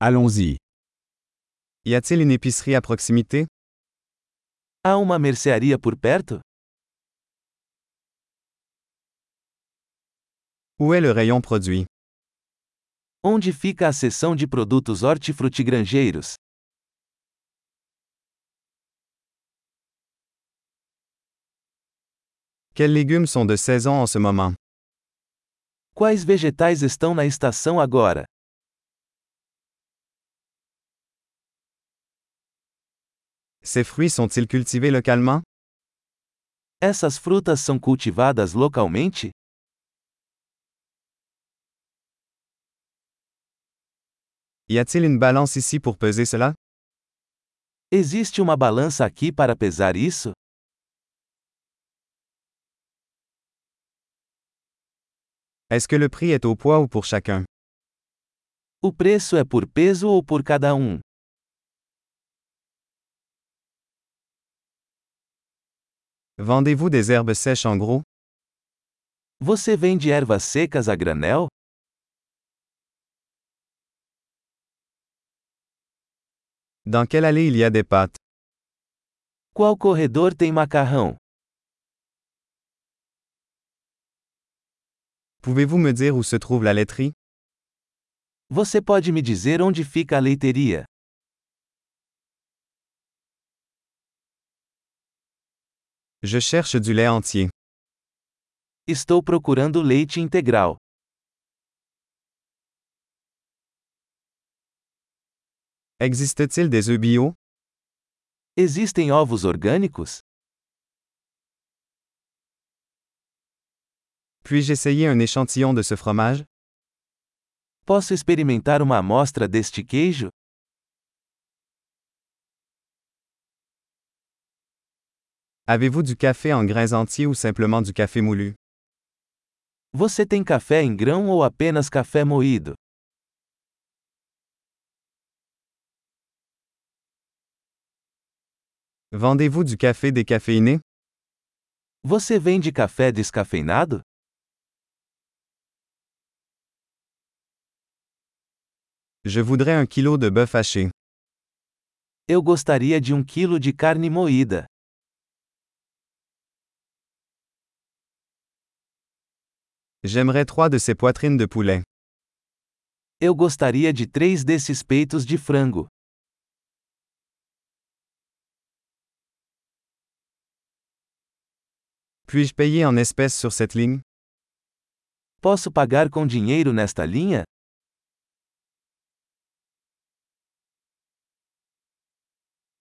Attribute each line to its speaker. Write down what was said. Speaker 1: Allons-y.
Speaker 2: Y a-t-il une épicerie à proximité?
Speaker 3: Há uma mercearia por perto?
Speaker 2: Où est le rayon produit?
Speaker 3: Onde fica a seção de produtos hortifrutigranjeiros?
Speaker 2: Quels légumes sont de saison en ce moment?
Speaker 3: Quais vegetais estão na estação agora?
Speaker 2: Ces fruits sont-ils cultivés localement?
Speaker 3: Essas frutas são cultivadas localmente?
Speaker 2: Y a-t-il une balance ici pour peser cela?
Speaker 3: Existe uma balança aqui para pesar isso?
Speaker 2: Est-ce que le prix est au poids ou pour chacun?
Speaker 3: O preço é por peso ou por cada um?
Speaker 2: Vendez-vous des herbes sèches en gros?
Speaker 3: Você vende ervas secas a granel?
Speaker 2: Dans quelle allée il y a des pâtes?
Speaker 3: Qual corredor tem macarrão?
Speaker 2: Pouvez-vous me dire où se trouve la laiterie?
Speaker 3: Você pode me dizer onde fica a leiteria?
Speaker 2: Je cherche du lait entier.
Speaker 3: Estou procurando leite integral.
Speaker 2: Existe-t-il des œufs bio?
Speaker 3: Existem ovos orgânicos?
Speaker 2: Puis-je essayer un échantillon de ce fromage?
Speaker 3: Posso experimentar uma amostra deste queijo?
Speaker 2: Avez-vous du café en grains entiers ou simplement du café moulu?
Speaker 3: Você tem café em grão ou apenas café moído?
Speaker 2: Vendez-vous du café décaféiné?
Speaker 3: Você vende café descafeinado?
Speaker 2: Je voudrais un kilo de bœuf haché.
Speaker 3: Eu gostaria de um quilo de carne moída.
Speaker 2: J'aimerais trois de ces poitrines de poulet.
Speaker 3: Eu gostaria de três desses peitos de frango.
Speaker 2: Puis-je payer en espèces sur cette ligne?
Speaker 3: Posso pagar com dinheiro nesta linha?